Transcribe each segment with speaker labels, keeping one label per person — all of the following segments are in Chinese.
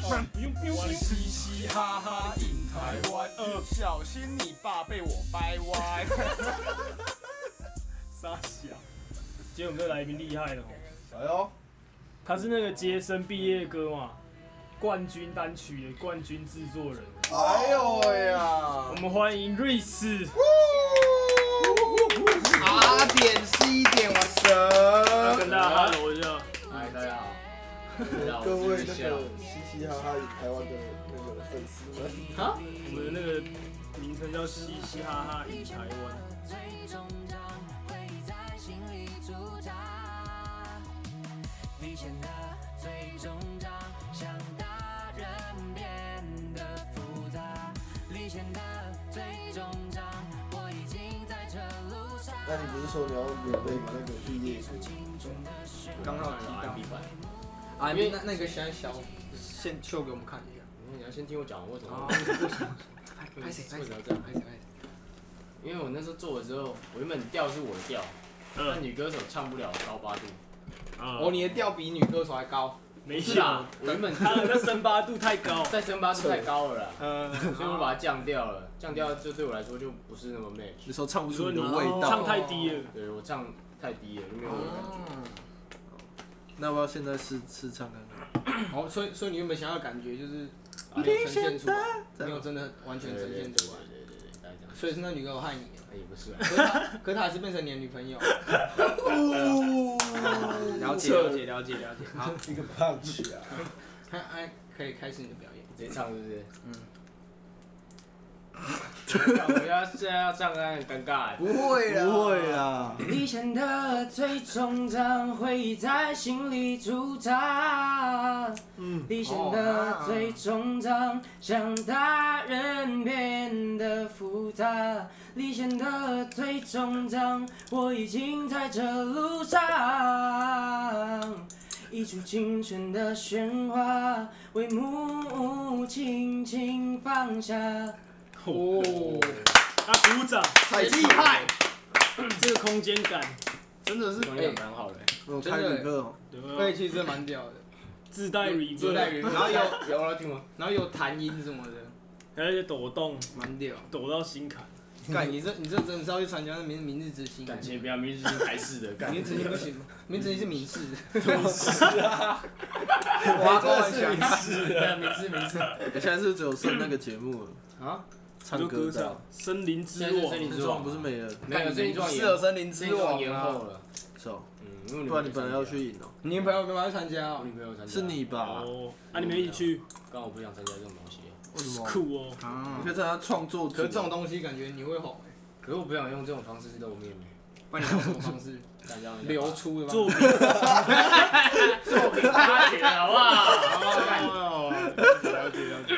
Speaker 1: 玩嘻嘻哈哈硬台湾，呃，小心你爸被我掰歪。
Speaker 2: 傻小。今天我们这个来宾厉害了哦，
Speaker 3: 哎呦，
Speaker 2: 他是那个杰森毕业歌嘛，冠军单曲的冠军制作人。
Speaker 3: 哎呦呀
Speaker 2: 我！们欢迎瑞斯。
Speaker 3: 啊点 C 点，我神！
Speaker 2: 跟大家 hello 一下。
Speaker 1: 嗨，大家好，
Speaker 3: 各位那个嘻嘻哈哈与台湾的那个粉丝们，
Speaker 2: 我们的那个名称叫嘻嘻哈哈与台湾。
Speaker 4: 最终将会在心里驻扎。你欠的最终章，像大人变得复杂。历险的最终章，我已经在这路上。
Speaker 3: 那你不是说你要免费那个毕业歌？
Speaker 5: 刚刚有 R&B 版，啊，因为那那个先小，先秀给我们看一下。
Speaker 1: 你要先听我讲，我怎么
Speaker 5: 啊，
Speaker 1: 会
Speaker 5: 拍谁拍
Speaker 1: 为
Speaker 5: 谁
Speaker 1: 什么
Speaker 5: 拍
Speaker 1: 这
Speaker 5: 谁
Speaker 1: 样？
Speaker 5: 拍谁？
Speaker 1: 因为我那时候做的时候，我原本调是我的调，但
Speaker 2: 嗯
Speaker 1: 女歌手唱不了高八度。
Speaker 2: 啊
Speaker 5: 哦，你的调比女歌手还高。
Speaker 2: 没
Speaker 1: 是啊
Speaker 2: 有，，
Speaker 1: 我原本
Speaker 2: 他的那深八度太高。
Speaker 1: 在升八度太高了啦，
Speaker 5: 呃，
Speaker 1: 所以我把它降掉了。降掉就对我来说就不是那么 match，
Speaker 5: 那时候唱不
Speaker 2: 你说你唱太低了，
Speaker 1: 对我唱太低了，就没有我的感觉。
Speaker 5: 那我要现在试试唱看看。
Speaker 1: 好，所以所以你原本想要的感觉就是没有呈现出来，没有真的完全呈现出来。对对对，大家讲。
Speaker 5: 所以是那女歌手害你了，
Speaker 1: 哎也不是啊，
Speaker 5: 可是她，可是她还是变成你的女朋友。了解了解了解了解，好，
Speaker 3: 一个胖曲啊！
Speaker 5: 还还可以开始你的表演。
Speaker 1: 直接唱是不是？
Speaker 5: 嗯
Speaker 1: 嗯。我要现在要唱，那很尴尬。
Speaker 5: 不会啦，不会啦。
Speaker 4: 历险的最终章，回忆在心里驻扎。嗯，历险的最终章，像大人变得复杂。历险的最终章，我已经在这路上。一出青春的喧哗，帷幕轻轻放下。
Speaker 2: 哦，啊，鼓掌，
Speaker 5: 太厉害，
Speaker 2: 这个空间感，
Speaker 5: 真的是
Speaker 1: 中间蛮好的，
Speaker 5: 我开女歌哦，
Speaker 2: 对
Speaker 5: 对，
Speaker 2: 吧？
Speaker 5: 哎其实真的蛮屌的，
Speaker 2: 自带 reverb，
Speaker 5: 自带 reverb
Speaker 1: 哎然后有有要听吗？
Speaker 5: 然后有弹音什么的，
Speaker 2: 而且抖动，
Speaker 5: 蛮屌。
Speaker 2: 抖到心坎。
Speaker 5: 干，你这你这真的是要去参加那明明日之星？啊
Speaker 1: 感情不要明日是台式的，感
Speaker 5: 明日之
Speaker 1: 情
Speaker 5: 星不行，明日之星是 民事。
Speaker 3: 我
Speaker 5: 开玩笑
Speaker 1: 是的，明日明日。
Speaker 6: 现在是不是只有剩那个节目了，
Speaker 5: 啊，
Speaker 2: 就
Speaker 6: 唱
Speaker 2: 歌
Speaker 6: 歌
Speaker 2: 唱
Speaker 6: 的，
Speaker 2: 森林之
Speaker 1: 现在是
Speaker 2: 王，
Speaker 1: 森林之
Speaker 6: 这
Speaker 1: 王
Speaker 6: 不是没了，
Speaker 1: 没有，这一段
Speaker 5: 适合森林
Speaker 1: 这一
Speaker 5: 之
Speaker 1: 段
Speaker 5: 王
Speaker 1: 延后
Speaker 5: 啊。
Speaker 1: 了。
Speaker 6: 是哦，
Speaker 1: 嗯，因为
Speaker 6: 不然你本来要，去引哦，
Speaker 5: 你女朋友干嘛要参加
Speaker 1: 我
Speaker 5: 哦？
Speaker 1: 女朋友参加，
Speaker 6: 是你吧？
Speaker 2: 哦，啊，你们一起去，
Speaker 1: 刚好我不想参加这种东西，
Speaker 6: 为什么？
Speaker 2: 酷 哦。
Speaker 5: 啊
Speaker 6: 你可以参加创作组
Speaker 5: 可是这种东西感觉你会红哎，
Speaker 1: 可是我不想用这种方式去露面，
Speaker 5: 不然你用什么方式
Speaker 1: 大家
Speaker 5: 流出的吧？
Speaker 2: 作品
Speaker 1: 作品发言好不好？
Speaker 5: 了解了解。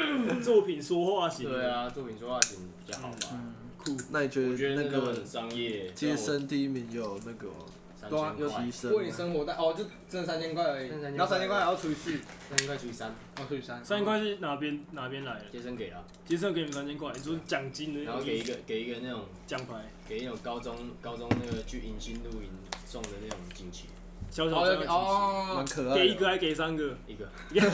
Speaker 2: 作品说话型，
Speaker 1: 对，啊，作品说话型比较好吧？
Speaker 2: 酷，
Speaker 6: 那你觉
Speaker 1: 我觉
Speaker 6: 得
Speaker 1: 得
Speaker 6: 那
Speaker 1: 那个
Speaker 6: 个
Speaker 1: 很商业，
Speaker 6: 接生第一名有那个吗
Speaker 1: 三
Speaker 5: 对啊
Speaker 1: 千
Speaker 5: 有
Speaker 1: 块
Speaker 6: 提，升
Speaker 5: 为你
Speaker 6: 吗？
Speaker 5: 生活但哦，就真的三千块而已
Speaker 1: 真的，3000
Speaker 5: 然后三千块还要除以四，哦
Speaker 1: 三千块除以三，
Speaker 5: 要除以三，
Speaker 2: 三千块是哪边哪边来的？
Speaker 1: 接生给了，
Speaker 2: 杰森给你们三千块，你说奖金的，
Speaker 1: 然后给一个给一个那种
Speaker 2: 奖牌，
Speaker 1: 给那种高中高中那个去迎新露营送的那种锦旗，
Speaker 2: 小小
Speaker 5: 哦
Speaker 2: 的
Speaker 5: 要给
Speaker 2: 哦，
Speaker 5: 哦，
Speaker 6: 蛮可爱
Speaker 2: 给一
Speaker 6: 的，
Speaker 2: 个还给三个，
Speaker 1: 一个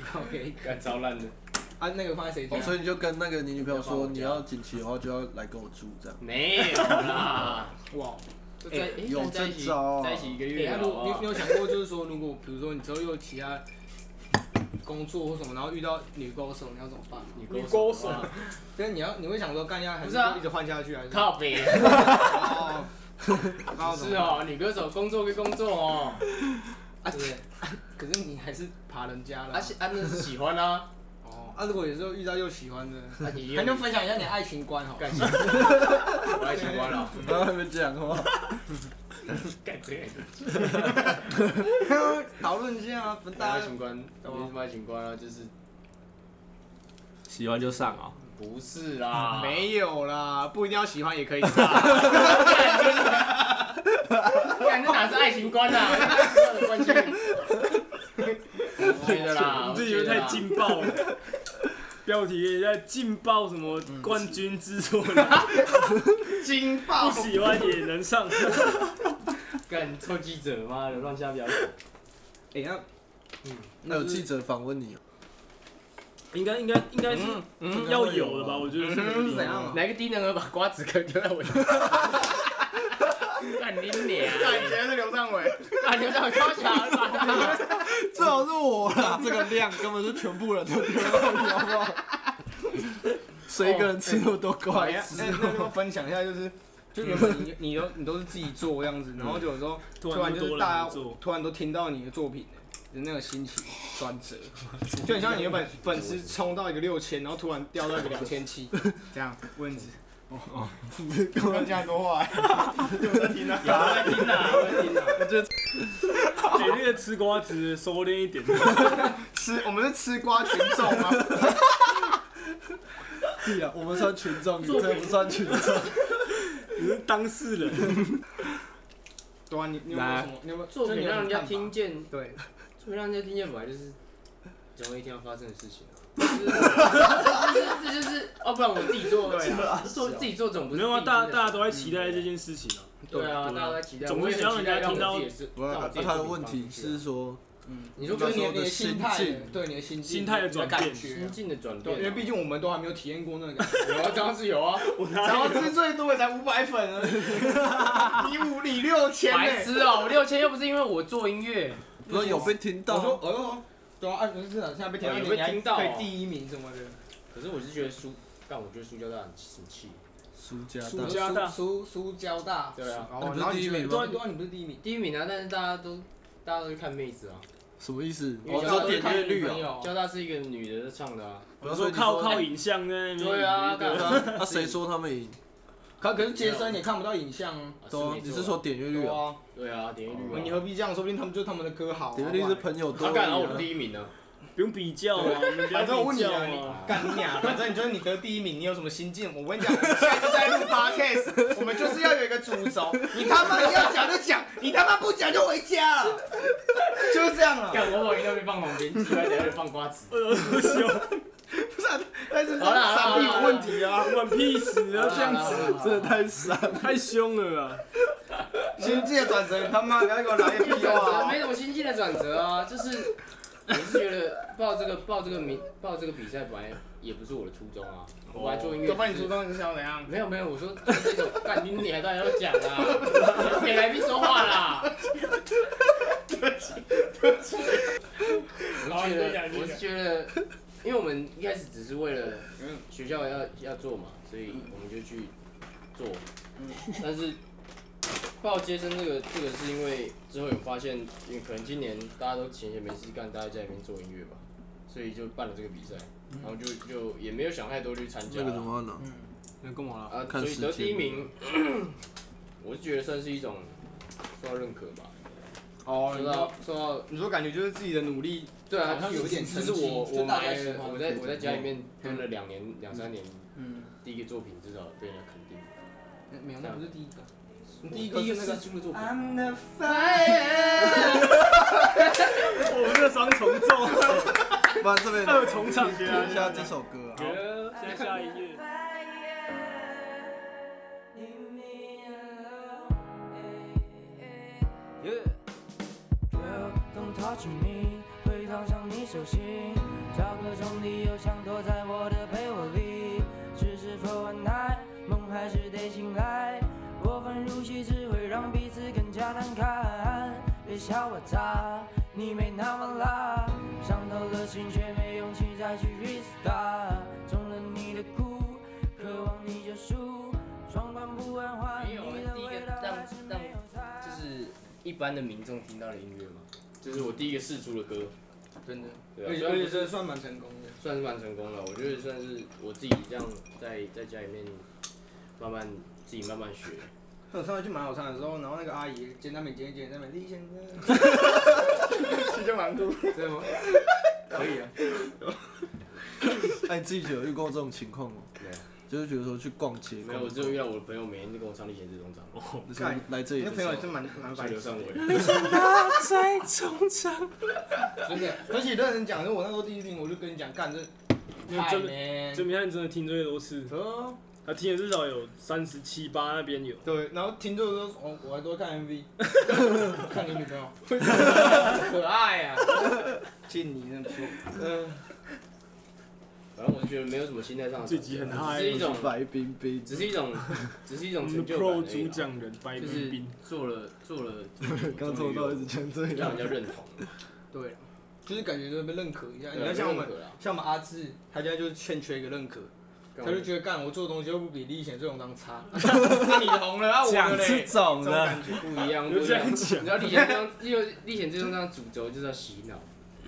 Speaker 5: 要给
Speaker 1: 干糟烂的，
Speaker 5: 哦啊那个放在谁家
Speaker 6: 哦，？所以你就跟那个你女朋友
Speaker 1: 我
Speaker 6: 说，
Speaker 1: 家
Speaker 6: 你要锦旗的话就要来跟我住 这样。
Speaker 1: 没有 啦，
Speaker 5: 哇，哎
Speaker 1: 就在诶
Speaker 6: 有
Speaker 1: 在一起
Speaker 6: 这招啊
Speaker 1: 在一起哎一个
Speaker 5: 对
Speaker 1: 月
Speaker 5: 啊，
Speaker 1: 了
Speaker 5: 如
Speaker 1: 好
Speaker 5: 你你
Speaker 1: 不好，
Speaker 5: 有想过，就是说，如果比如说你之后又有其他工作或什么，然后遇到女高手，你要怎么办？
Speaker 1: 你
Speaker 2: 你
Speaker 1: 勾
Speaker 2: 勾
Speaker 1: 手
Speaker 2: 手
Speaker 1: 啊，
Speaker 5: 但是你要你会想说干掉还
Speaker 1: 不
Speaker 5: 是
Speaker 1: 是啊
Speaker 5: 就一直换下去还是？
Speaker 1: 靠别，
Speaker 5: 哦， 那要怎
Speaker 1: 是
Speaker 5: 么 办，
Speaker 1: 哦，女歌手工作归工作 哦，
Speaker 5: 啊对， 可是你还是爬人家了
Speaker 1: 啊
Speaker 5: 啊。
Speaker 1: 喜啊那是喜欢啊，
Speaker 5: 哦，啊如果有时候遇到又喜欢的，
Speaker 1: 啊你也
Speaker 5: 还能分享一下你的爱情观好？
Speaker 1: 感 情，我爱情观啊了，
Speaker 6: 然后还没讲话，
Speaker 1: 感觉，
Speaker 5: 讨论一下啊，不
Speaker 1: 爱
Speaker 5: 大家
Speaker 1: 情观，没什么爱情观啊，就是
Speaker 6: 喜欢就上啊。
Speaker 1: 不是啦，
Speaker 5: 没有啦，不一定要喜欢也可以 炸。
Speaker 1: 干这哪是爱情观 啊？关系，我觉得啦，
Speaker 2: 你这觉得
Speaker 1: 啊
Speaker 2: 太劲爆 了。标题也在劲爆什么冠军制作人，
Speaker 1: 惊
Speaker 2: 不
Speaker 1: 爆，
Speaker 2: 喜欢也能上。
Speaker 1: 干臭记者，妈的乱下标题，
Speaker 5: 哎，那
Speaker 6: 那有记者访问你，哦
Speaker 2: 应该应该应该是
Speaker 1: 嗯
Speaker 2: 要有的吧？我觉
Speaker 1: 哎
Speaker 2: 得是合理的
Speaker 5: 怎样？
Speaker 1: 哪个低能儿把瓜子壳丢在我？
Speaker 7: 干你脸！
Speaker 5: 感觉是刘尚伟，
Speaker 1: 啊，你想高桥
Speaker 6: 最好是我啦，这个量根本就全部人都丢到你，好不好？谁一个人吃那么多瓜
Speaker 5: 哎呀
Speaker 6: 子
Speaker 5: 哎？那就分享一下，就是就原本你你都你都是自己做这样子，然后就有时候
Speaker 2: 突然
Speaker 5: 然就
Speaker 2: 就多
Speaker 5: 是
Speaker 2: 人
Speaker 5: 大家
Speaker 2: 做
Speaker 5: 突然都听到你的作品，的那个心情转折，就很像你原本粉丝冲到一个六千，然后突然掉到一个两千七，这样问 子。哦哦，不要讲很多话，有在听啊，有在听啊，有在听啊。
Speaker 2: 给哎那个吃瓜子收敛一点。
Speaker 5: 吃，我们是吃瓜群众吗？
Speaker 6: 屁啊！我们算群众，你这不算群众。
Speaker 2: 你是当 事人，
Speaker 5: 对啊，你你有没有什么？你有没有
Speaker 1: 作
Speaker 5: 就你
Speaker 1: 品
Speaker 5: 有什么
Speaker 1: 让人家
Speaker 5: 看法
Speaker 1: 听见，
Speaker 5: 对，
Speaker 1: 作品让人家听见本来就是总有一天要发生的事情啊。就是这就是哦，不然我自己做，
Speaker 5: 对
Speaker 1: 啊，做自己做总不是嗯
Speaker 2: 没有啊？
Speaker 1: 自己
Speaker 2: 大
Speaker 1: 做的
Speaker 2: 大家都在期待这件事情啊。
Speaker 1: 对啊，大家在期待，
Speaker 2: 总
Speaker 1: 我
Speaker 2: 是
Speaker 1: 也
Speaker 2: 希望
Speaker 1: 很期待
Speaker 2: 人家听
Speaker 1: 让
Speaker 2: 到
Speaker 1: 我自己的事
Speaker 6: 不是
Speaker 1: 让我
Speaker 6: 啊
Speaker 1: 自己
Speaker 6: 那
Speaker 1: 的
Speaker 6: 他
Speaker 1: 作
Speaker 6: 的
Speaker 1: 品
Speaker 6: 问
Speaker 1: 发
Speaker 6: 题
Speaker 1: 出去啊
Speaker 6: 是说，
Speaker 1: 你说跟你的你的心态
Speaker 6: 那时候的心境，
Speaker 1: 对你的心境
Speaker 2: 心态的转变
Speaker 1: 你感觉啊心境的转
Speaker 5: 对，
Speaker 1: 变，
Speaker 5: 因为毕竟我们都还没有体验过那个 感觉。有啊，张是有啊，
Speaker 2: 我
Speaker 5: 然
Speaker 2: 哪
Speaker 5: 后
Speaker 2: 有
Speaker 5: 吃最多也才五百粉而已，你五你六千
Speaker 1: 白
Speaker 5: 呢？
Speaker 1: 痴哦，我六千又不是因为我做音乐，
Speaker 6: 不是有被听
Speaker 5: 我说哎
Speaker 6: 到？
Speaker 5: 呦，对啊，二十四场现在被听到，
Speaker 1: 有被
Speaker 5: 你还
Speaker 1: 听到
Speaker 5: 可以
Speaker 1: 哦
Speaker 5: 第一名什么的。
Speaker 1: 可是我是觉得输，但我觉得输交大很生气。
Speaker 6: 啊苏家
Speaker 2: 苏
Speaker 6: 大，
Speaker 2: 加大
Speaker 5: 苏苏交大，
Speaker 1: 对啊
Speaker 5: 然后
Speaker 6: 那不是
Speaker 5: 然后你
Speaker 6: 第一名吗
Speaker 5: 对啊对啊，你不是第一名，
Speaker 1: 第一名啊，但是大家都大家都去看妹子啊，
Speaker 6: 什么意思？
Speaker 5: 哦
Speaker 1: 因为
Speaker 6: 我
Speaker 1: 交大
Speaker 6: 说
Speaker 1: 都是
Speaker 6: 点
Speaker 1: 看
Speaker 6: 阅率
Speaker 1: 女朋
Speaker 6: 啊，
Speaker 1: 友交大是一个女的在唱的啊，
Speaker 6: 不要
Speaker 2: 说靠
Speaker 6: 哎
Speaker 2: 靠影像在那边。
Speaker 1: 对啊，干嘛
Speaker 6: 那谁说他们赢？
Speaker 5: 可可是杰森也看不到影像啊。
Speaker 1: 啊
Speaker 6: 对啊
Speaker 1: 没，错
Speaker 6: 你
Speaker 1: 啊
Speaker 6: 是说点阅率啊？
Speaker 5: 啊，
Speaker 1: 对啊，点阅率
Speaker 5: 你
Speaker 1: 啊。
Speaker 5: 何必这样？说不定他们就是他们的歌好啊。
Speaker 6: 点阅率是朋友多
Speaker 1: 他
Speaker 6: 而
Speaker 1: 干，然后我
Speaker 6: 已啊。
Speaker 1: 第一名呢？
Speaker 2: 不用比较啊，我们不要
Speaker 5: 反正我问
Speaker 2: 比
Speaker 5: 你
Speaker 2: 较
Speaker 5: 啊，
Speaker 2: 啊
Speaker 5: 你。干你啊！反正你就是你得第一名，你有什么心境？我跟你讲，我们现在就在录 podcast，我们就是要有一个主轴。你他妈要讲就讲，你他妈不讲就回家了，就是这样啊了。
Speaker 1: 干我往一边放旁边，鸡巴在那放瓜子。
Speaker 2: 呃
Speaker 5: 不是啊，但是
Speaker 1: 好啦
Speaker 5: 傻逼有问题啊！
Speaker 2: 管屁事，不要这样子，
Speaker 6: 真的太傻，
Speaker 2: 太凶了啊！
Speaker 5: 心境的转折，他妈不要给我来一
Speaker 1: 没
Speaker 5: 屁
Speaker 1: 转折，
Speaker 5: 话
Speaker 1: 没。什么心境的转折啊，就是我是觉得报这个报这个名报这个比赛本来也不是我的初衷啊，我本来做音乐
Speaker 5: 要
Speaker 1: 不
Speaker 5: 不然你
Speaker 1: 是。
Speaker 5: 初中你是想怎样？
Speaker 1: 没有没有，我说这种干你你还当然要讲啊， 给来宾说话啦。 对不起对不起，我是觉得我是觉得，因为我们一开始只是为了学校要要做嘛，所以我们就去做，但是。报接生这个这个是因为之后有发现，因为可能今年大家都闲闲没事干，大家在里面做音乐吧，所以就办了这个比赛，然后就就也没有想太多去参加
Speaker 6: 那
Speaker 1: 啦。
Speaker 6: 个怎么办呢？
Speaker 1: 嗯
Speaker 2: 那干嘛啦？
Speaker 1: 啊，
Speaker 6: 看
Speaker 1: 所以
Speaker 6: 时
Speaker 1: 得第一
Speaker 6: 间
Speaker 1: 名， 我是觉得算是一种受到认可吧，
Speaker 5: 哦
Speaker 1: 受到受到
Speaker 5: 你说感觉就是自己的努力，
Speaker 1: 对啊，
Speaker 5: 好像有一点
Speaker 1: 就
Speaker 5: 成
Speaker 1: 是
Speaker 5: 绩
Speaker 1: 我
Speaker 5: 就
Speaker 1: 我
Speaker 5: 大家
Speaker 1: 埋
Speaker 5: 喜欢
Speaker 1: 了，
Speaker 5: 的
Speaker 1: 我在
Speaker 5: 那
Speaker 1: 我在
Speaker 5: 种
Speaker 1: 家里
Speaker 5: 嗯
Speaker 1: 面蹲了两年两三年，
Speaker 5: 嗯，
Speaker 1: 第一个作品至少被人家肯定。
Speaker 5: 没有，那不是第一个。
Speaker 1: 我
Speaker 5: 第一个
Speaker 1: 第一
Speaker 5: 是那
Speaker 1: 次
Speaker 5: 个
Speaker 1: 出的作品，
Speaker 3: I'm the fire。
Speaker 2: 哎我们这双重奏，
Speaker 6: 不然这边
Speaker 2: 二重唱。
Speaker 6: 听一下这首歌啊。
Speaker 2: 下下音乐。
Speaker 7: Girl, don't touch me，回套上你手心，找各种理由想躲在我的被窝里。只是 for a night，梦还是得醒来。过分入戏只会让彼此更加难堪。别笑我渣，你没那么辣，伤透了心却没勇气再去 restart。中了你的蛊，渴望你救赎，装扮不安换
Speaker 1: 没有
Speaker 7: 你的
Speaker 1: 第一个
Speaker 7: 味道
Speaker 1: 让
Speaker 7: 还是
Speaker 1: 让
Speaker 7: 没有在。
Speaker 1: 就是一般的民众听到的音乐嘛，这是我第一个试出的歌，
Speaker 5: 真的，
Speaker 1: 对啊，
Speaker 5: 而且
Speaker 1: 虽
Speaker 5: 而
Speaker 1: 然
Speaker 5: 且
Speaker 1: 不是
Speaker 5: 这算蛮成功的。
Speaker 1: 算是蛮成功了，我觉得算是我自己这样在在家里面慢慢自己慢慢 学。
Speaker 5: 我上次去买早餐的时候，然后那个阿姨简单美简简单美丽先生，其实蛮酷，对
Speaker 1: 啊
Speaker 5: 吗？可以啊，
Speaker 6: 哎，你自己有遇过这种情况吗？
Speaker 1: 对啊。
Speaker 6: 就是比如说去逛街，
Speaker 1: 没有，我只有遇到我的朋友每天都跟我唱《历险之中》唱，
Speaker 6: 就是来这里
Speaker 5: 那朋
Speaker 6: 的时
Speaker 5: 友
Speaker 6: 候
Speaker 5: 也是蛮蛮
Speaker 1: 我
Speaker 5: 白
Speaker 1: 刘
Speaker 5: 痴
Speaker 1: 尚
Speaker 5: 的，
Speaker 1: 伟。
Speaker 5: 真的。而且认真讲，就我那时候第一听，我就跟你讲，干这
Speaker 2: 因为真的，真明翰真的听最多次，
Speaker 5: 可
Speaker 8: 那听的至少有三十七八那边有，
Speaker 5: 对，然后听众都说，哦，我还多看 MV，看你女朋友，
Speaker 1: 可爱呀、
Speaker 5: 敬你那不错，嗯，
Speaker 1: 反正我觉得没有什么心态上的
Speaker 8: 这集很
Speaker 1: 转折
Speaker 8: 嗨
Speaker 1: 只是一种，
Speaker 6: 白冰冰，
Speaker 1: 只是一种，只是一
Speaker 8: 我
Speaker 1: 种
Speaker 8: 们的
Speaker 1: 成就感而
Speaker 8: Pro
Speaker 1: 已
Speaker 8: 主
Speaker 1: 啦
Speaker 8: 讲人白
Speaker 1: 就
Speaker 8: 冰
Speaker 1: 是
Speaker 8: 冰，
Speaker 1: 做了做了，
Speaker 6: 刚从头到尾只讲这
Speaker 1: 让人。
Speaker 6: 样
Speaker 1: 家认同，
Speaker 5: 对啦，就是感觉就是被认可一下。
Speaker 1: 对啊
Speaker 5: 你看像我
Speaker 1: 认可
Speaker 5: 们，
Speaker 1: 啦
Speaker 5: 像我们阿志，他现在就是欠缺一个认可，他就觉得干我做的东西又不比李显这种当差， 那你红了啊，我 的嘞，
Speaker 6: 种
Speaker 5: 这种感觉。
Speaker 1: 不一样，
Speaker 8: 就
Speaker 1: 不一
Speaker 8: 这样
Speaker 1: 样。
Speaker 8: 讲
Speaker 1: 你知。道历险这样，因为历险这种这样主轴就是要洗脑，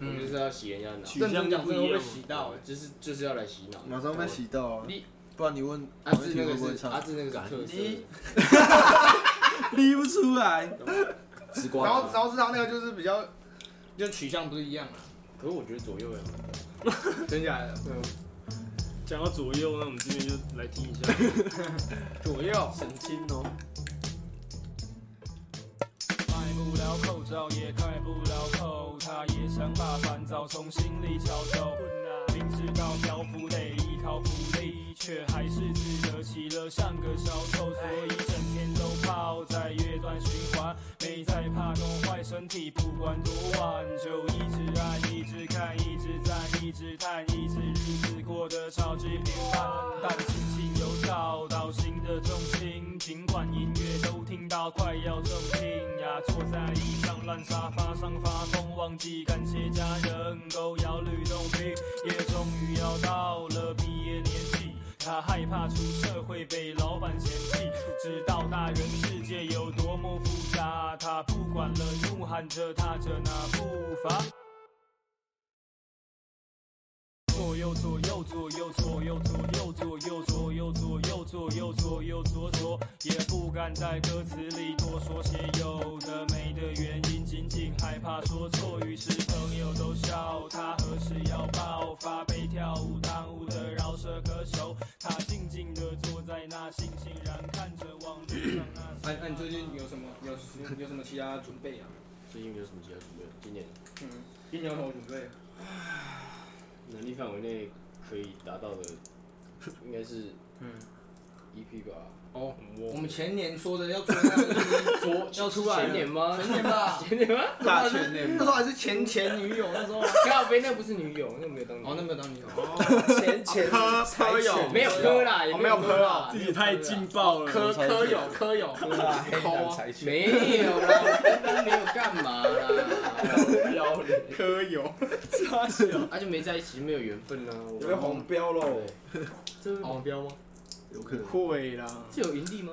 Speaker 1: 我们就是要洗人家脑，
Speaker 8: 取
Speaker 5: 认
Speaker 8: 向
Speaker 5: 真
Speaker 8: 就
Speaker 5: 讲
Speaker 8: 不
Speaker 5: 真的
Speaker 8: 一
Speaker 5: 会被
Speaker 8: 样。
Speaker 5: 洗到，
Speaker 1: 就是就是要来洗脑。
Speaker 6: 马上被洗到啊！
Speaker 1: 你
Speaker 6: 不然你问
Speaker 1: 阿志那个
Speaker 6: 会
Speaker 1: 是啊阿
Speaker 6: 唱，
Speaker 1: 志那个是特色的，
Speaker 6: 理不出来。吃瓜
Speaker 5: 然后然后知道那个就是比较，欸就取向不是一样啊，
Speaker 1: 可是我觉得左右有
Speaker 5: 真假的？
Speaker 8: 讲到左右，那我们这边就来听一 下。
Speaker 5: 左右。
Speaker 6: 神经哦。
Speaker 2: 买不了口罩，也开不了口，他也想把烦躁从心里敲走。明知道漂浮得依靠福利，却还是自得其乐，像个小丑，所以整天都泡在乐段循环，没在怕弄坏身体，不管多晚，就一直按，一直看，一直赞，一直叹，一直日子过得超级平凡，但庆幸有找到新的重心，尽管音乐都听到快要中听呀，坐在一张烂沙发上发疯，忘记感谢家人，狗咬吕洞宾，也终于要到了毕业年纪。他害怕出社会被老板嫌弃，知道大人世界有多么复杂，他不管了，怒喊着踏着那步伐。左右左右左右左右左右左右左右左右左右左右左左，也不敢在歌词里多说些有的没的原因，仅仅害怕说错。于是朋友都笑他何时要爆发，被跳舞耽误的饶舌歌手，他静静地坐在那，欣欣然看着网络上那。
Speaker 5: 那那啊你最近有什么有有什么其他准备啊？
Speaker 1: 最近没有什么其他准备，今年
Speaker 5: 嗯，今年有什么准备？啊
Speaker 1: 能力范围内可以达到的，应该是嗯 EP 吧。
Speaker 5: 哦，
Speaker 1: 我
Speaker 5: 我们 前年说的要做那个就是
Speaker 1: 昨
Speaker 5: 要出来了
Speaker 1: 前年 吗？
Speaker 5: 前年吧，
Speaker 1: 前年 吗？
Speaker 6: 大前
Speaker 5: 那
Speaker 6: 年
Speaker 1: 啊
Speaker 5: 时候还是前前女友那时候啊。
Speaker 1: 靠背那不是女友，那没有当女友
Speaker 5: 哦，那没有 当女友。哦， 前前
Speaker 6: 科
Speaker 5: 才
Speaker 6: 科友
Speaker 5: 前
Speaker 1: 没有科啦，也
Speaker 5: 哦没有
Speaker 1: 科
Speaker 5: 科
Speaker 1: 啦
Speaker 5: 啦，
Speaker 8: 自己太
Speaker 1: 啊
Speaker 8: 劲爆了，
Speaker 5: 科科友科友，抠啊
Speaker 1: 没有啦，我刚刚没有干 嘛啦，要脸，
Speaker 5: 科友。
Speaker 1: 那就没在一起，没有缘分呐。我
Speaker 9: 有被黄标
Speaker 8: 哦
Speaker 9: 喽？
Speaker 1: 这会
Speaker 5: 黄标吗？
Speaker 6: 有可能
Speaker 5: 会啦。
Speaker 1: 这有盈利吗？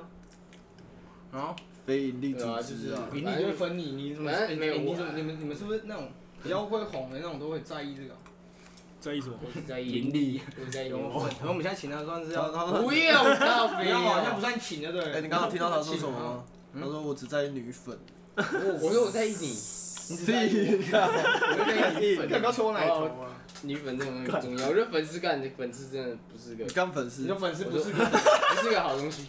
Speaker 5: 然后
Speaker 6: 非盈利组
Speaker 1: 对啊，就
Speaker 6: 织
Speaker 1: 是
Speaker 6: 啊。
Speaker 5: 盈利就会分你，你怎么？
Speaker 1: 反正
Speaker 5: 哎
Speaker 1: 没有
Speaker 5: 你
Speaker 1: 我
Speaker 5: 怎么？你们你们是不是那种比较会红的那种都会在意这个？
Speaker 8: 在意什么？
Speaker 1: 我是在意
Speaker 6: 盈，利，
Speaker 1: 我是在意
Speaker 5: 有
Speaker 1: 缘
Speaker 5: 我
Speaker 1: 分。
Speaker 5: 们我们现在请他算是
Speaker 6: 然
Speaker 5: 要
Speaker 6: 后，他说
Speaker 1: 不要，靠
Speaker 5: 不
Speaker 1: 背
Speaker 5: 要啊，那
Speaker 1: 啊
Speaker 5: 不！算请的对。
Speaker 6: 哎，你刚刚听到他说什么吗？
Speaker 5: 嗯
Speaker 6: 他说我只在意女粉。
Speaker 1: 我说我在意你，
Speaker 6: 屁呀！
Speaker 1: 我在 意
Speaker 5: 你不要
Speaker 1: 粉。
Speaker 5: 戳我奶头啊！
Speaker 1: 女粉这种东西很重要，我觉得粉丝干的粉丝真的不是个
Speaker 6: 你干粉
Speaker 5: 你
Speaker 6: 丝
Speaker 5: 的？粉丝不是个
Speaker 1: 不是个好东西。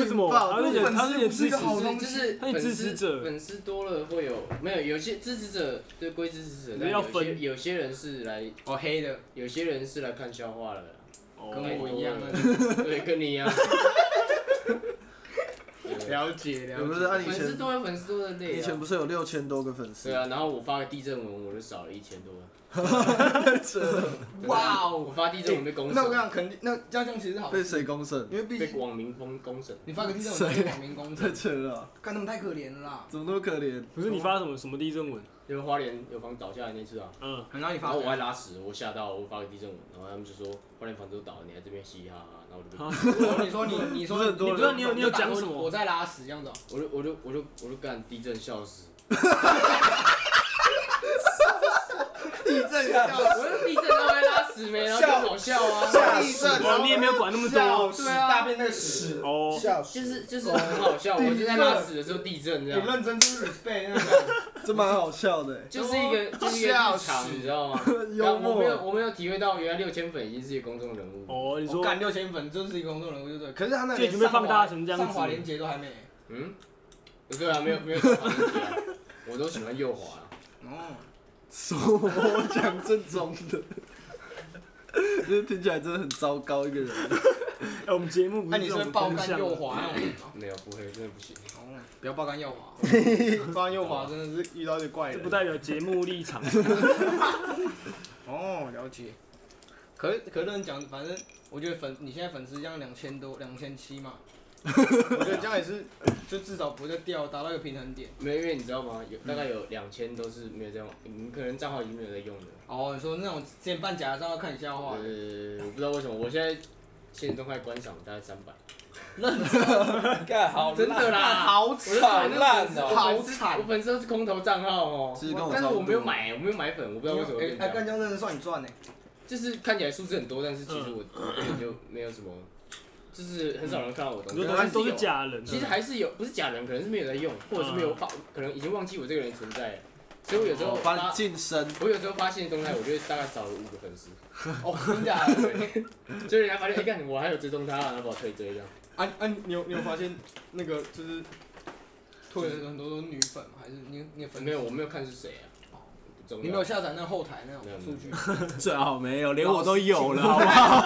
Speaker 8: 为什么？他是点，他是点
Speaker 5: 粉
Speaker 8: 支
Speaker 5: 丝不是一个
Speaker 8: 持
Speaker 5: 好东西
Speaker 1: 就是
Speaker 8: 那你
Speaker 1: 粉丝
Speaker 8: 支持者
Speaker 1: 粉丝多了会有没有？有些支持者对归支持者，但
Speaker 8: 你要
Speaker 1: 有些
Speaker 8: 分
Speaker 1: 有些人是来，
Speaker 5: 哦黑的，
Speaker 1: 有些人是来看笑话的啦，
Speaker 5: 跟我一样的。
Speaker 1: 啊
Speaker 8: 哦
Speaker 1: 对，跟你一样。对
Speaker 5: 了解
Speaker 6: 有
Speaker 5: 了
Speaker 6: 不
Speaker 5: 解。
Speaker 6: 是按以
Speaker 1: 啊粉丝
Speaker 6: 前
Speaker 1: 多有粉丝多的累
Speaker 6: 以前
Speaker 1: 啊。
Speaker 6: 不是有六千多个粉
Speaker 1: 对
Speaker 6: 丝？
Speaker 1: 啊，然后我发个地震文，我就少了一千多。
Speaker 5: 哇哦！
Speaker 1: 我发地震文被公
Speaker 5: 那我跟你讲，
Speaker 1: 审，
Speaker 5: 肯定那这样这样其实是好
Speaker 6: 被
Speaker 5: 事，
Speaker 6: 谁公审？
Speaker 5: 因为毕
Speaker 1: 被
Speaker 5: 竟
Speaker 1: 网民封公审。
Speaker 5: 你发个地震，我们网民工
Speaker 6: 太
Speaker 5: 程，
Speaker 6: 扯了啊，
Speaker 5: 干他们太可怜了啦。
Speaker 6: 怎么那么可怜？
Speaker 8: 不是你发什么什么地震文？
Speaker 1: 因为花莲有房倒下来那次啊，
Speaker 8: 嗯，
Speaker 5: 然后你
Speaker 1: 然
Speaker 5: 发
Speaker 1: 后我还拉屎，我吓到，我发个地震文，然后他们就说花莲房子都倒了，你还这边嘻嘻哈哈，然后我就被
Speaker 8: 啊
Speaker 5: 我，你说你你
Speaker 6: 不
Speaker 5: 说
Speaker 6: 是
Speaker 5: 你
Speaker 6: 很多人
Speaker 5: 你不知道你有你有
Speaker 8: 你打
Speaker 5: 讲什
Speaker 8: 什
Speaker 5: 么？
Speaker 8: 么
Speaker 5: 我在拉屎这样子哦。
Speaker 1: 我就我就我就我就干地震笑死，
Speaker 5: 地震笑
Speaker 1: 我就地震都会拉屎没，然后就好笑啊，
Speaker 5: 地震，
Speaker 8: 哦，你也没有管那么多。
Speaker 5: 对啊，大便那个屎，
Speaker 8: 哦，
Speaker 9: 吓死！
Speaker 1: 就是就是很好笑。我就在拉屎的时候地震这
Speaker 5: 你
Speaker 1: 样，
Speaker 5: 认真就是 respect 那个。
Speaker 6: 这蛮好笑的欸，
Speaker 1: 就是一个就是一个日常，你知道吗？
Speaker 6: 幽
Speaker 1: 我没有
Speaker 6: 默。
Speaker 1: 我没有体会到，原来六千粉已经是一个公众人物。
Speaker 8: 哦，你
Speaker 5: 我
Speaker 8: 说
Speaker 5: 干六千粉，就是一个公众人物，就对。可是他那
Speaker 8: 就已经被放大成这样子
Speaker 5: 上滑连接都还没。
Speaker 1: 嗯，对啊，没有没有什么问题啊，我都喜欢右滑啊。
Speaker 5: 哦，
Speaker 6: 说我讲正宗的，就是听起来真的很糟糕一个人。
Speaker 2: 哎、我们节目不
Speaker 5: 那
Speaker 2: 是
Speaker 5: 你
Speaker 2: 这
Speaker 5: 是
Speaker 2: 种
Speaker 5: 爆
Speaker 2: 风
Speaker 5: 肝
Speaker 2: 向
Speaker 5: 右
Speaker 2: 的
Speaker 5: 滑那种人吗？
Speaker 1: 没有，不会，真的不行。
Speaker 5: 哦不要爆肝右滑， 爆肝右滑真的是遇到一个怪
Speaker 2: 这
Speaker 5: 人。
Speaker 2: 不代表节目立 场。
Speaker 5: 哦，了解。可是可是你讲，反正我觉得粉你现在粉丝这样两千多，两千七嘛，我觉得这样也是，就至少不会再掉，达到一个平衡点。
Speaker 1: 没有，因为你知道吗？有大概有两千都是没有在用，你可能账号已经没有在用的。
Speaker 5: 哦，你说那种之前办假的账号看你笑话，
Speaker 1: 呃，我不知道为什么，我现在现实动态观赏大概三百，
Speaker 10: 干好
Speaker 1: 真的啦，
Speaker 5: 好
Speaker 1: 我就说我
Speaker 10: 好烂
Speaker 1: 那个粉丝
Speaker 10: 哦
Speaker 5: 好
Speaker 1: 我粉丝
Speaker 5: 惨
Speaker 1: 我粉丝都是空头账号哦
Speaker 6: 其实跟我，
Speaker 1: 但是
Speaker 6: 差不
Speaker 1: 我
Speaker 6: 多
Speaker 1: 没有买，我没有买粉，我不知道为什么会
Speaker 5: 哎
Speaker 1: 变，
Speaker 5: 哎，
Speaker 1: 这
Speaker 5: 干
Speaker 1: 样。
Speaker 5: 这样真的算你赚呢。
Speaker 1: 就是看起来数字很多，但是其实我我根本就没有什么，就是很少人看到我的
Speaker 2: 很
Speaker 1: 东
Speaker 2: 多
Speaker 6: 嗯
Speaker 1: 西。
Speaker 2: 东
Speaker 1: 还
Speaker 2: 西都是
Speaker 1: 有，
Speaker 2: 假人，啊
Speaker 1: 其实还是有，不是假人，可能是没有在
Speaker 5: 嗯
Speaker 1: 用，或者是没有发，可能已经忘记我这个人存在了。所以我有时候
Speaker 6: 我
Speaker 1: 发
Speaker 6: 哦帮你晋升，
Speaker 1: 我有时候发现动态，我就会大概少了五个粉 丝。哦，真的、啊？对就是人家发现，哎、干，我还有追踪他、然后把我推追这样。
Speaker 5: 啊啊，你有你有发现那个就是退了很多都是女粉吗？还是你你的粉丝
Speaker 1: 没有，？我没有看是谁啊，不重要。
Speaker 5: 你没有下载那后台那种
Speaker 1: 没有没有
Speaker 5: 数据，
Speaker 6: 最好没有，连我都有了，好不好？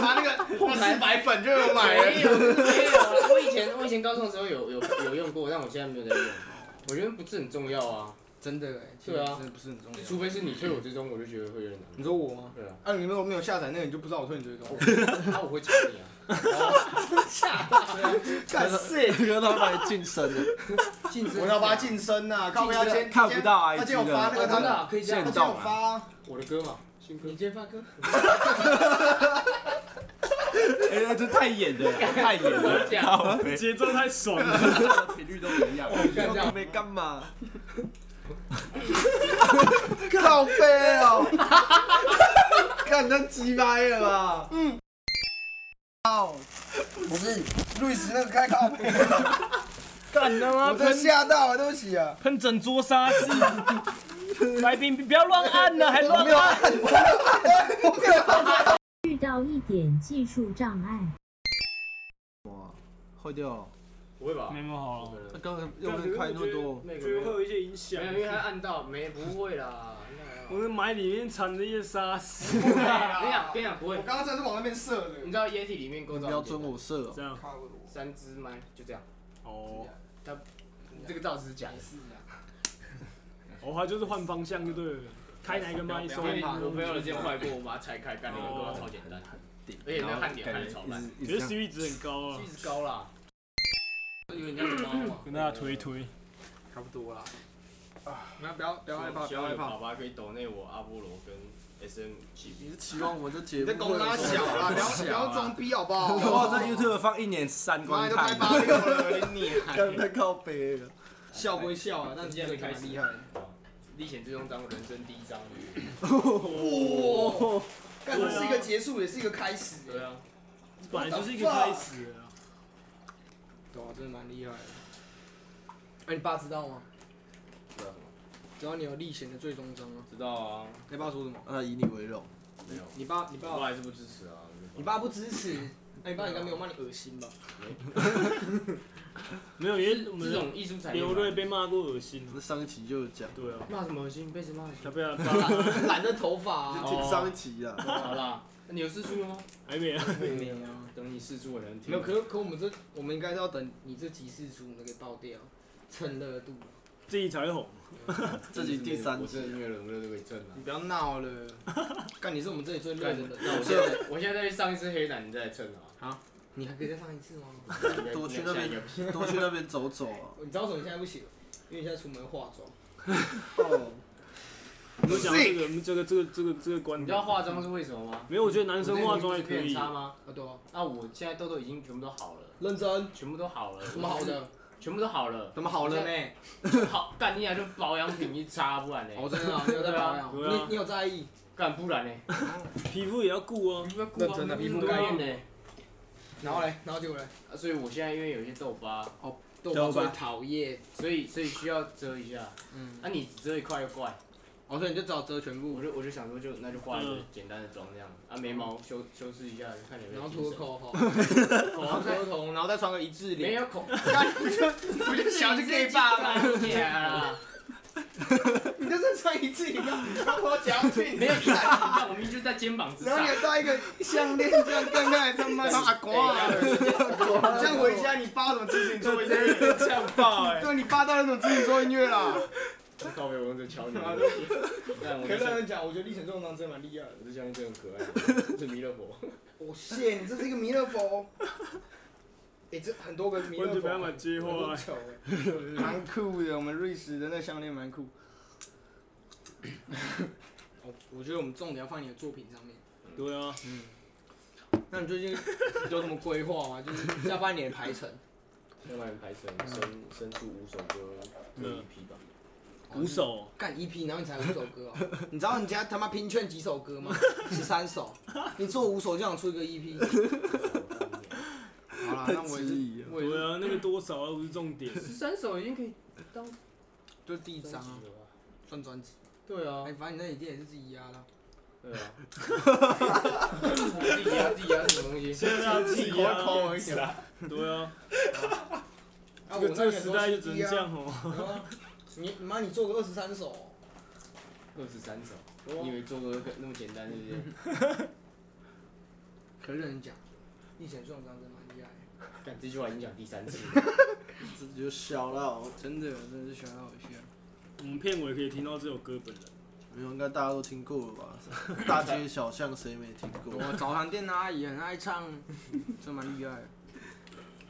Speaker 5: 他那个后台百粉就有买
Speaker 1: 没 有，没有啊。我以前我以前高中的时候有有有用过，但我现在没有在用。我觉得不是很重要啊，
Speaker 5: 真的哎，其实
Speaker 1: 对啊
Speaker 5: 真的不是很重
Speaker 1: 就
Speaker 5: 要。
Speaker 1: 除非是你推我追踪，我就觉得会有点
Speaker 5: 你
Speaker 1: 难。
Speaker 5: 说我吗？
Speaker 1: 对啊，
Speaker 5: 啊，你如果没有下载那个，你就不知道我退你追踪。
Speaker 1: 那、我会查你啊。
Speaker 5: 干 事，
Speaker 6: 哥他帮你晋升了，
Speaker 1: 竞争，
Speaker 5: 我要把它晋升呐，靠不要先
Speaker 6: 看不到
Speaker 5: 他
Speaker 6: IG
Speaker 5: 今天有发那
Speaker 1: 哦
Speaker 5: 个
Speaker 1: 真的
Speaker 5: 他
Speaker 1: 啊、可以这
Speaker 5: 他
Speaker 1: 样
Speaker 6: 现。
Speaker 5: 今天有发，啊
Speaker 1: 我的歌嘛，新歌。你先发歌。
Speaker 6: 哎、那这太演 了，太演了，
Speaker 1: 这样
Speaker 6: 靠北
Speaker 2: 节奏太爽了。
Speaker 6: 频率都一样，你
Speaker 1: 干这样
Speaker 6: 没干嘛？
Speaker 3: 靠背哦，
Speaker 6: 干他鸡掰了吧？
Speaker 2: 嗯
Speaker 3: 不是，路易斯那个开靠背，
Speaker 2: 干他妈
Speaker 3: 我真
Speaker 2: 喷
Speaker 3: 吓到了，对不起啊，
Speaker 2: 喷整桌沙士， 来宾不要乱按了，还乱按。
Speaker 11: 遇到一点技术障碍。
Speaker 6: 会掉，
Speaker 1: 不会吧？
Speaker 2: 没有好了，
Speaker 6: 那刚刚又没开那么多，
Speaker 1: 那
Speaker 2: 觉得会
Speaker 1: 个
Speaker 2: 有一些影响
Speaker 1: 没。有，因为他按到没不会啦。应该还好
Speaker 2: 我们买里面藏着一些沙 士，
Speaker 1: 不会 啊跟你讲，跟你讲，不会
Speaker 5: 我。刚刚真的是往那边射的
Speaker 1: 你。知道液体里面构
Speaker 6: 你
Speaker 1: 造
Speaker 6: 不要准我射哦
Speaker 2: 这。样
Speaker 1: 三支麦，就这样。
Speaker 2: 哦，
Speaker 1: 这个造是假的。
Speaker 2: 哦，他就是换方向就对了，开哪一个麦收
Speaker 1: 因
Speaker 2: 哪一
Speaker 1: 为
Speaker 2: 个麦
Speaker 1: 我朋友的肩坏过，我把它拆开，干那个都超简单，而且那个焊点焊的超烂，
Speaker 2: 觉得 CP 值很高啊
Speaker 1: 一，直高啦。
Speaker 5: 有点像猫啊
Speaker 2: 跟大家推一推。
Speaker 5: 差不多啦。啊，那不要不要害怕，不要害
Speaker 1: 爸
Speaker 5: 怕。
Speaker 1: 爸可以抖内我阿波罗跟 S M 起
Speaker 6: 你是期望我这节
Speaker 5: 你
Speaker 6: 目
Speaker 5: 在公拉小啊啦，不要不要装逼好不 好？
Speaker 6: 我在 YouTube 放一年三
Speaker 5: 妈
Speaker 6: 观
Speaker 5: 的都开
Speaker 6: 看，
Speaker 5: 八六了，你你还
Speaker 6: 干他靠背 了。
Speaker 5: 笑归笑啊，但是今天开厉害。
Speaker 1: 历险最终章人生第一章。
Speaker 5: 哇，干这是一个结束，也是一个开始。
Speaker 1: 对啊，
Speaker 2: 本来就是一个开始啊。
Speaker 5: 对啊，真的蛮厉害的。哎，你爸知道吗？
Speaker 1: 知道什么？啊
Speaker 5: 知道你有历险的最终章吗？
Speaker 1: 知道啊，
Speaker 5: 你爸说什么？
Speaker 6: 那以你为荣，
Speaker 1: 没有，
Speaker 5: 你爸，你爸
Speaker 1: 我还是不支持啊。
Speaker 5: 你爸不支持，哎那你爸应该没有骂你恶心吧？
Speaker 2: 没有，因为我
Speaker 1: 这
Speaker 2: 们
Speaker 1: 种艺术产业，
Speaker 2: 刘瑞被骂过恶心啊。
Speaker 6: 那上一期就有讲，
Speaker 2: 对啊，
Speaker 1: 骂什么恶心？被谁骂恶
Speaker 2: 他
Speaker 1: 心？
Speaker 2: 被他骂
Speaker 5: 染着头发啊，
Speaker 6: 就听上一期啊。
Speaker 1: 好啦，你有试出了吗？
Speaker 2: 还 没啊。
Speaker 5: 没有啊，
Speaker 1: 等你试出我才能听。
Speaker 5: 没有。可是可我们这，我们应该是要等你这集试出，我们给爆掉，蹭热度。
Speaker 2: 自己才会红。
Speaker 6: 这集第三集
Speaker 1: 我真的没有人热这个证啊
Speaker 5: 你。不要闹了， 干你是我们这里最热的人，
Speaker 1: 那我现在我现在再去上一次黑男，你再蹭啊。
Speaker 5: 你还可以再上一次吗？
Speaker 6: 多去那边
Speaker 1: 应该
Speaker 6: 多去那边走走啊。
Speaker 5: 哦你知道为什么你现在不行？因为你现在出门化妆。
Speaker 6: 哦，
Speaker 2: 我们讲这个，我们这个这个这个这个观
Speaker 1: 你知道
Speaker 2: 点，
Speaker 1: 化妆是为什么吗？
Speaker 2: 没有，我觉得男生化妆也可
Speaker 1: 我这个皮肤
Speaker 2: 以
Speaker 1: 变。差吗？
Speaker 5: 啊，对啊，
Speaker 1: 啊，我现在痘痘已经全部都好了，
Speaker 5: 认真，
Speaker 1: 全部都好了，
Speaker 5: 怎么好？的？
Speaker 1: 全部都好了，
Speaker 5: 怎么好了呢？
Speaker 1: 好，干你俩就保养品一擦，不然
Speaker 5: 哦，
Speaker 1: 呢？
Speaker 5: 真的啊，你有在保养？
Speaker 2: 对啊
Speaker 5: 你你有在意？
Speaker 1: 干不然呢？
Speaker 2: 皮肤也要顾哦，
Speaker 5: 认真的皮肤
Speaker 1: 改变呢？
Speaker 5: 然后嘞，然后结果嘞，
Speaker 1: 啊所以我现在因为有一些痘疤，
Speaker 5: 豆
Speaker 6: 豆
Speaker 5: 最
Speaker 6: 吧
Speaker 5: 讨厌。
Speaker 1: 所以所以需要遮一下。
Speaker 5: 嗯，
Speaker 1: 啊，你只遮一块又怪，
Speaker 5: 哦，所以你就只好遮全部
Speaker 1: 我，就我就想说就那就化一个
Speaker 2: 嗯
Speaker 1: 简单的妆这样。啊，眉毛修修饰一下，看起来有没
Speaker 5: 然后
Speaker 1: 有
Speaker 5: 涂
Speaker 1: 精
Speaker 5: 个
Speaker 1: 神，
Speaker 5: 口红，
Speaker 1: 口
Speaker 5: 然后
Speaker 1: 红
Speaker 5: 涂
Speaker 1: 再
Speaker 5: 个口红，然后再穿个一致
Speaker 1: 没
Speaker 5: 脸。
Speaker 1: 有口，
Speaker 5: 我就想去 gay 吧
Speaker 1: 爸 爸呀。
Speaker 5: 啊你就是穿一次，你不要跟我讲去。
Speaker 1: 没有，你看我明明就在肩膀之
Speaker 5: 然
Speaker 1: 上哎
Speaker 5: 后你。还戴一个项链，这样干干他妈傻瓜啊！这样回家你爸怎么支持 你做音乐？
Speaker 2: 呛爆哎、
Speaker 5: 对，你爸到底怎么支持你做音乐啦？
Speaker 1: 靠背，我用这敲你。但我
Speaker 5: 可
Speaker 1: 就是像
Speaker 5: 人讲，我觉得历险这种张真的蛮厉害的。
Speaker 1: 我这项这啊很可爱，是弥勒佛。
Speaker 5: 我谢你，这是一个弥勒佛。 哎，这很多个弥
Speaker 2: 我
Speaker 5: 勒
Speaker 2: 准备要
Speaker 5: 佛
Speaker 2: 买，机会、
Speaker 5: 很
Speaker 2: 欸。
Speaker 5: 丑哎，蛮酷的。我们瑞士的那项链蛮酷。 我我觉得我们重点要放你的作品上面。
Speaker 2: 对啊，
Speaker 5: 那你最近有什么规划吗？就是下半年的排程。
Speaker 1: 要不然排成生生出五首歌各一批吧。
Speaker 2: 鼓手
Speaker 5: 哦干 EP，然后你才五首歌、 哦，你知道人家他妈拼券几首歌吗？十三首，你做五首就想出一个 EP。好啦，那我也
Speaker 6: 质
Speaker 5: 是，
Speaker 6: 疑了
Speaker 5: 我也
Speaker 2: 对
Speaker 5: 是，
Speaker 2: 啊，那个多少又不是重 点。
Speaker 1: 十三首已经可以当
Speaker 5: 就第一张
Speaker 1: 专辑
Speaker 5: 啊，
Speaker 1: 了吧？
Speaker 5: 算专辑。
Speaker 1: 对啊
Speaker 5: 哎，，反正你那一定也是自己压啦。
Speaker 1: 对啊。自己压自己压什么东西？
Speaker 2: 现在要自己啊，
Speaker 5: 而已啊。
Speaker 2: 对啊，
Speaker 5: 啊，
Speaker 2: 这
Speaker 5: 我
Speaker 2: 个这
Speaker 5: 那
Speaker 2: 个时代就只能这
Speaker 5: 样。
Speaker 2: 样哦。
Speaker 5: 啊 你妈，你做个二十三首哦，
Speaker 1: 二十三首，你以为做歌那么简单，对不对？
Speaker 5: 可是人家以前这种张真蛮厉害的，
Speaker 1: 但这句话已经讲第三次，
Speaker 3: 这就小了。
Speaker 5: 真的，真的是想要一些。
Speaker 2: 我们片尾可以听到这首歌本人。
Speaker 6: 没有，应该大家都听过了吧？大街小巷谁没听过？
Speaker 5: 我早餐店的阿姨很爱唱，真蛮厉害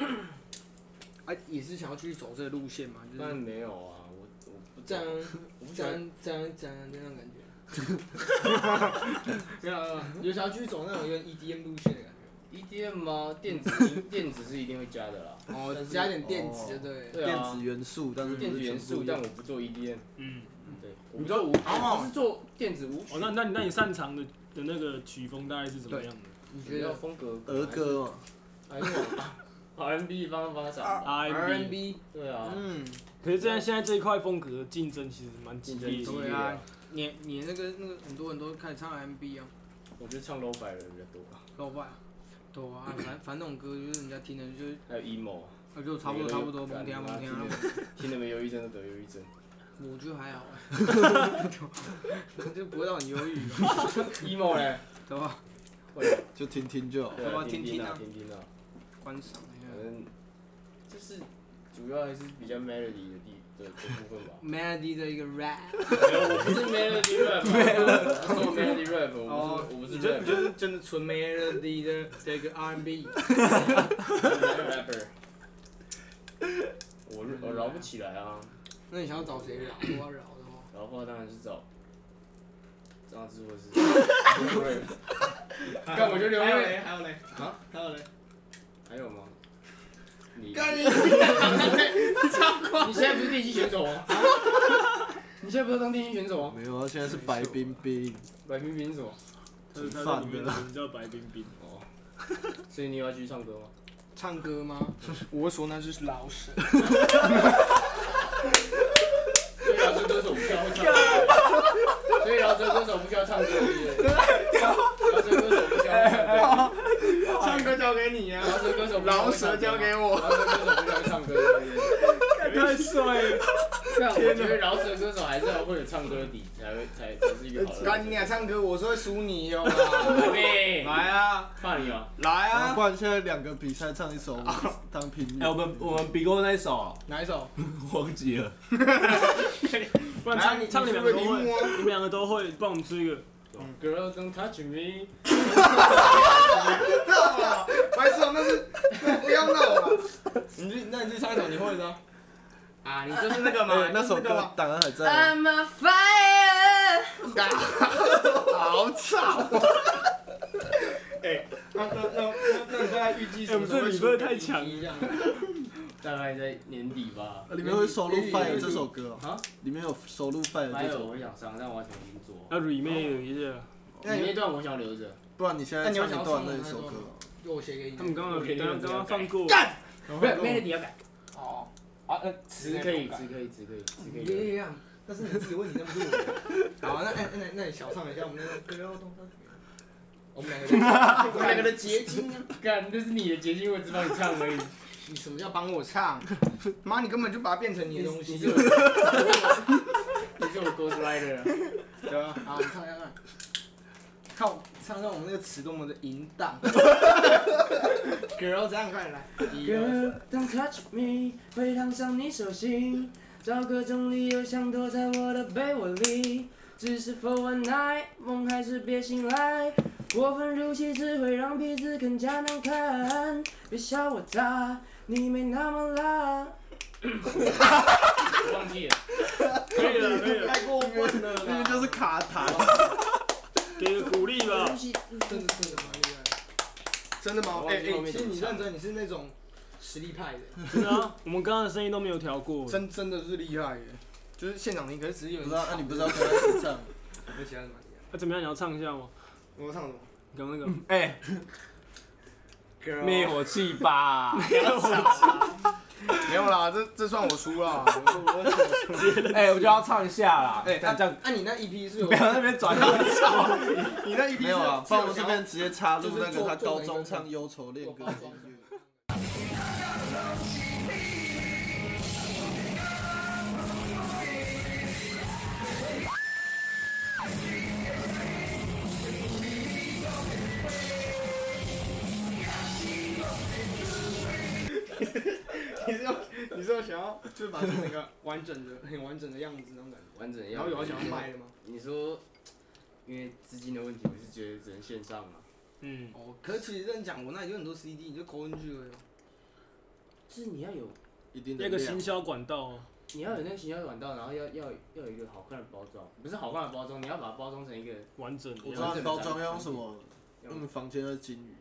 Speaker 5: 的。 哎、也是想要继续走这个路线嘛，就
Speaker 1: 但
Speaker 5: 是
Speaker 1: 没有啊，我我不
Speaker 5: 这
Speaker 1: 这
Speaker 5: 样
Speaker 1: 样，
Speaker 5: 我不喜欢这样这样这样的感觉。没有，没
Speaker 1: 啊
Speaker 5: 有有想要继续走那种有点 EDM 路线的感觉。
Speaker 1: EDM E 吗？电子 电子是一定会加的啦，
Speaker 5: 哦
Speaker 1: 但，是
Speaker 5: 加一点电子就对了。
Speaker 1: 对
Speaker 6: 电
Speaker 1: 啊
Speaker 6: 子，元素，但是不是
Speaker 1: 电子元
Speaker 6: 全部
Speaker 1: 素，
Speaker 6: 一
Speaker 1: 但
Speaker 6: 样
Speaker 1: 我不做 EDM，
Speaker 2: 嗯，
Speaker 1: 对，我不做舞，
Speaker 5: 哦
Speaker 1: 我不是做电子舞曲
Speaker 2: 哦，，那那你那你擅长的的那个曲风大概是怎么样的
Speaker 5: 你
Speaker 1: 主
Speaker 5: 觉
Speaker 1: 要
Speaker 5: 得
Speaker 1: 风格
Speaker 6: 儿歌嘛，
Speaker 1: 还是往 R&B 方向发展
Speaker 2: 啊
Speaker 1: 吧，
Speaker 2: ？R&B。
Speaker 5: R&B，
Speaker 1: 对啊，
Speaker 5: 嗯，
Speaker 2: 可是这样现在这一块风格的竞争其实蛮激
Speaker 1: 竞争
Speaker 2: 烈
Speaker 1: 激
Speaker 2: 的。
Speaker 1: 烈啊，
Speaker 5: 你你那个那个很多人都开始唱 R&B 啊，
Speaker 1: 我觉得唱 low 白的人比较多吧，
Speaker 5: 老外，对啊，反正反正那种歌就是人家听的就是
Speaker 1: 还有 emo，
Speaker 5: 啊就差不多差不多，
Speaker 1: 每个
Speaker 5: 甭
Speaker 1: 人
Speaker 5: 听
Speaker 1: 都
Speaker 5: 甭听啊。
Speaker 1: 干你妈听了没忧郁症就得忧郁症
Speaker 5: 我觉得还 好，就不会让你忧郁，
Speaker 1: ，emo 嘞，
Speaker 5: 对吧？
Speaker 1: 会啊
Speaker 6: 就听听就好。
Speaker 1: 对
Speaker 5: 要不
Speaker 1: 啊
Speaker 5: 要听听
Speaker 1: 听
Speaker 5: 啊嗯
Speaker 1: 听听啊，
Speaker 5: 观赏一
Speaker 1: 反
Speaker 5: 下
Speaker 1: 正就是主要还是比较 melody 的地的的部分吧。
Speaker 5: melody 的一个 rap，
Speaker 1: 没有，我不是 melody rap，我做 melody rap，我不是我不是
Speaker 5: 你就
Speaker 1: rap，
Speaker 5: 你就是真的纯 melody 的这个 R&B，
Speaker 1: rapper，我我饶不起来啊，
Speaker 5: 那你想要找谁饶？我要饶的话，
Speaker 1: 饶不当然是找张智或是，干我就留下来，
Speaker 5: 还有嘞，
Speaker 1: 啊，
Speaker 5: 还有嘞，
Speaker 1: 还有吗？你
Speaker 5: 干你！
Speaker 1: 你现在不是电竞选手 吗？你现在不是当电竞选手吗？
Speaker 6: 没有啊，现在是白冰冰，
Speaker 1: 白冰冰是什么？
Speaker 2: 他他在里面的名叫白冰冰，
Speaker 1: 哦，所以你要继续唱歌吗？
Speaker 5: 唱歌 吗？我说那是老舍，
Speaker 1: 所以饶舌歌手不需要会唱歌，所以饶舌歌手不需要唱歌，对不对饶舌歌手不需要会唱歌。
Speaker 5: 唱歌交给 你啊。
Speaker 1: 饶舌歌手，
Speaker 5: 饶舌交给我
Speaker 1: 饶舌歌手不会唱歌的底子，
Speaker 2: 太帅了！
Speaker 1: 但我觉得饶舌 歌手还是要会有唱歌底才会才才是一个好的。
Speaker 5: 干你啊！唱歌我是会输你哟、
Speaker 1: 妹，
Speaker 5: 来啊，
Speaker 1: 怕你哦！
Speaker 5: 来
Speaker 6: 啊，
Speaker 5: 啊！
Speaker 6: 不然现在两个比赛唱一首当评语
Speaker 10: 哎，我。们我们比过那一首，
Speaker 5: 哪一首？
Speaker 10: 忘记了。
Speaker 2: 不然
Speaker 5: 来啊
Speaker 2: 唱唱你们
Speaker 5: 你是不是有题
Speaker 2: 两个都
Speaker 5: 目啊，
Speaker 2: 会你们两个都会，帮我们出一个。
Speaker 1: Girl, don't touch me。
Speaker 5: 白痴哦，那是那不要闹了。
Speaker 1: 你去，那你去唱一首你会的。
Speaker 5: 啊，你 就是那个嘛
Speaker 6: 哎，，那首
Speaker 5: 就是个
Speaker 6: 歌
Speaker 5: 嘛
Speaker 6: 档案还在吗，
Speaker 7: a fire。
Speaker 5: 好吵、啊！哎、那那那那那你大概预计什么时候会出
Speaker 2: 哎我们这理论太强了
Speaker 5: 一样
Speaker 1: 大概在年底吧。
Speaker 6: 里面会收录《Fire》这首歌哦，
Speaker 1: 啊，
Speaker 6: 里面有收录《Fire》
Speaker 1: 还
Speaker 6: 这
Speaker 1: 有
Speaker 6: 首，
Speaker 1: 我想上，但我要重新做。
Speaker 2: 要 remake 一下，
Speaker 1: 你那段我想留着。
Speaker 6: 哎不然你现在
Speaker 5: 那你有
Speaker 6: 唱
Speaker 5: 想要
Speaker 6: 一段
Speaker 5: 唱
Speaker 6: 那
Speaker 5: 哪
Speaker 6: 一
Speaker 5: 一
Speaker 6: 首
Speaker 5: 段
Speaker 6: 歌
Speaker 5: 吗
Speaker 6: 哦。
Speaker 5: 就我写给你
Speaker 2: 他们刚
Speaker 1: 我
Speaker 2: 刚
Speaker 1: 给你
Speaker 2: 刚
Speaker 1: 们
Speaker 2: 刚刚放过，
Speaker 1: 不是 melody 要改。
Speaker 5: 哦，
Speaker 1: 啊，呃，词可以，词可以，词可以，词可
Speaker 5: 也
Speaker 1: 以。
Speaker 5: 一样，那是你自己的问题，那不是我的。 好，那哎那那那你小唱一下我们那个歌要动我们两个，我们两个的结晶啊！
Speaker 1: 干，这是你的结晶， 我只帮你唱而已。
Speaker 5: 你什么叫帮我唱？妈，你根本就把它变成你的东西。
Speaker 1: 你是 我，你是我 Ghost Rider。
Speaker 5: 对啊，好，你唱一下看。看我看看我们那个词多么的淫荡。Girl，这样快来，一二
Speaker 7: Girl, don't touch me，会烫伤你手心。找各种理由想躲在我的被窝里，只是 for one night，梦还是别醒来。过分入戏只会让彼此更加难看。别笑我渣，你没那么辣。
Speaker 1: 我忘记了，
Speaker 2: 可以了，可以了，
Speaker 5: 太过分了
Speaker 6: 这个
Speaker 5: 啦，
Speaker 6: 就是卡痰。啊
Speaker 2: 给个鼓励吧。
Speaker 5: 真的真的蛮厉害，真的吗？
Speaker 1: 我忘
Speaker 5: 哎
Speaker 1: 记
Speaker 5: 哎
Speaker 1: 后，面
Speaker 5: 其实
Speaker 1: 怎么
Speaker 5: 你
Speaker 1: 唱
Speaker 5: 认真，你是那种实力派的，
Speaker 2: 真的啊，我们刚刚的声音都没有调过。
Speaker 5: 真真的是厉害耶，就是现场听，可是只是有
Speaker 6: 不
Speaker 5: 人
Speaker 6: 知道，那啊
Speaker 5: 唱
Speaker 6: 你不知道跟他一起唱？
Speaker 5: 我喜欢什么厉害？
Speaker 2: 那、哎怎么样？你要唱一下吗？
Speaker 5: 我唱什么
Speaker 2: 刚刚那个
Speaker 10: 哎，
Speaker 5: ？Girl，
Speaker 10: 灭火器吧！
Speaker 5: 没有啦，这这算我输 啦，我我我输。
Speaker 10: 哎，我就要唱一下 啦。
Speaker 5: 哎，那
Speaker 10: 但这
Speaker 5: 这
Speaker 10: 样
Speaker 5: 样， 那你那 EP 是有
Speaker 10: 不要在那边转一下。
Speaker 5: 你那 EP
Speaker 6: 没有啊，
Speaker 5: 是
Speaker 6: 放我这
Speaker 5: 想要
Speaker 6: 边直接插入
Speaker 5: 就是
Speaker 6: 那个
Speaker 5: 做
Speaker 6: 他高
Speaker 5: 做成一
Speaker 6: 中
Speaker 5: 个
Speaker 6: 唱忧愁恋歌的音乐。
Speaker 5: 你是要你是要想要 就是把那个完整的很完整的样子那种感觉，
Speaker 1: 完整的
Speaker 5: 然
Speaker 1: 样
Speaker 5: 后
Speaker 1: 子。
Speaker 5: 有要想要卖的吗？
Speaker 1: 你说，因为资金的问题，我是觉得只能线上嘛。
Speaker 2: 嗯，
Speaker 5: 哦，可是其实认讲，我那里有很多 CD，你就抠进去了。
Speaker 1: 就是你要有，
Speaker 6: 一定
Speaker 2: 那
Speaker 6: 的
Speaker 2: 个
Speaker 6: 量
Speaker 2: 行。销管道啊，
Speaker 1: 你要有那个行销管道，然后要要要有一个好看的包装，不是好看的包装，你要把它包装成一个。
Speaker 2: 完整的
Speaker 6: 我
Speaker 2: 样
Speaker 6: 知
Speaker 2: 子。
Speaker 6: 道包装要用什么，
Speaker 1: 要
Speaker 6: 用房间的金鱼，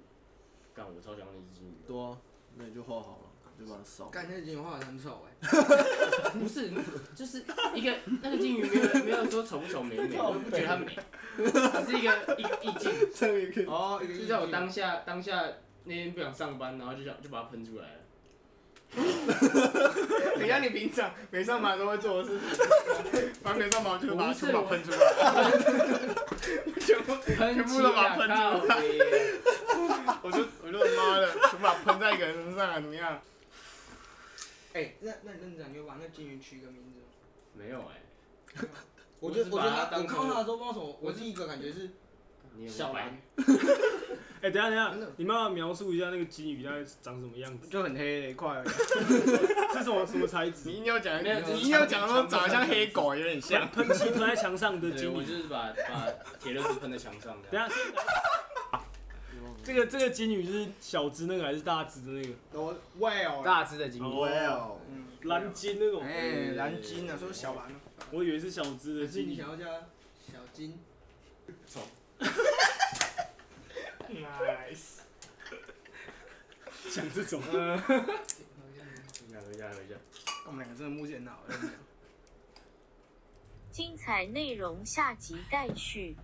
Speaker 1: 干，我超喜欢那只金鱼的。
Speaker 6: 对啊，那你就画好了，就把它烧。
Speaker 5: 干那金画的很丑 哎，
Speaker 1: 不是，就是一个那个金鱼没有没有说丑不丑美不美，我也不觉得它美，只是一个一个意境。
Speaker 5: 哦，一个
Speaker 1: 就
Speaker 5: 意
Speaker 1: 在我
Speaker 5: 境
Speaker 1: 当下当下那天不想上班，然后就想就把它喷出 来了。
Speaker 5: 等一下，你平常没上班 都会做的事情，反正没上班就是把
Speaker 1: 不
Speaker 5: 书
Speaker 1: 是
Speaker 5: 法
Speaker 1: 我
Speaker 5: 喷出来，全部
Speaker 1: 喷
Speaker 5: 全部都把它喷出来，
Speaker 1: 出来。
Speaker 5: 我就我就妈的书法喷在一个人身上，怎么样？哎，那那你认真，你有把那金鱼取一个名字吗？
Speaker 1: 没有哎、
Speaker 5: 我觉得我觉得
Speaker 1: 我只把它
Speaker 5: 他，我
Speaker 1: 当
Speaker 5: 看
Speaker 1: 成
Speaker 5: 到他的时候，不知道为什么，我第一个感觉是嗯
Speaker 1: 你有没有
Speaker 5: 小
Speaker 1: 白
Speaker 5: 蓝，
Speaker 2: 哎、等一
Speaker 5: 真
Speaker 2: 下等一
Speaker 5: 的
Speaker 2: 下，你慢慢描述一下那个金鱼大概长什么样子，
Speaker 5: 就很黑的一 块而已。
Speaker 2: 是什么什么材
Speaker 5: 你
Speaker 2: 质？
Speaker 5: 硬要讲，
Speaker 1: 啊没有就是
Speaker 5: 你硬要讲说长得像黑狗，有点像。
Speaker 2: 喷漆喷在墙上的
Speaker 1: 对，
Speaker 2: 金
Speaker 1: 我
Speaker 2: 鱼。
Speaker 1: 就是把把铁乐士喷在墙上
Speaker 2: 等一
Speaker 1: 的。
Speaker 2: 下，先来这个这个金鱼是小只那个还是大只的那个？
Speaker 5: 我 well，
Speaker 1: 大只的金
Speaker 2: 哦
Speaker 6: 哇
Speaker 5: 嗯，
Speaker 2: 蓝鲸那种，
Speaker 5: 哎，蓝鲸啊，说小蓝啊，
Speaker 2: 我以为是小只的
Speaker 5: 可是
Speaker 2: 金
Speaker 5: 你
Speaker 2: 鱼
Speaker 5: 想。要叫它小金。
Speaker 2: Nice，讲这种，
Speaker 1: 回家回家回家。
Speaker 5: 我们两个真的目前很好，
Speaker 11: 精彩内容下集待续。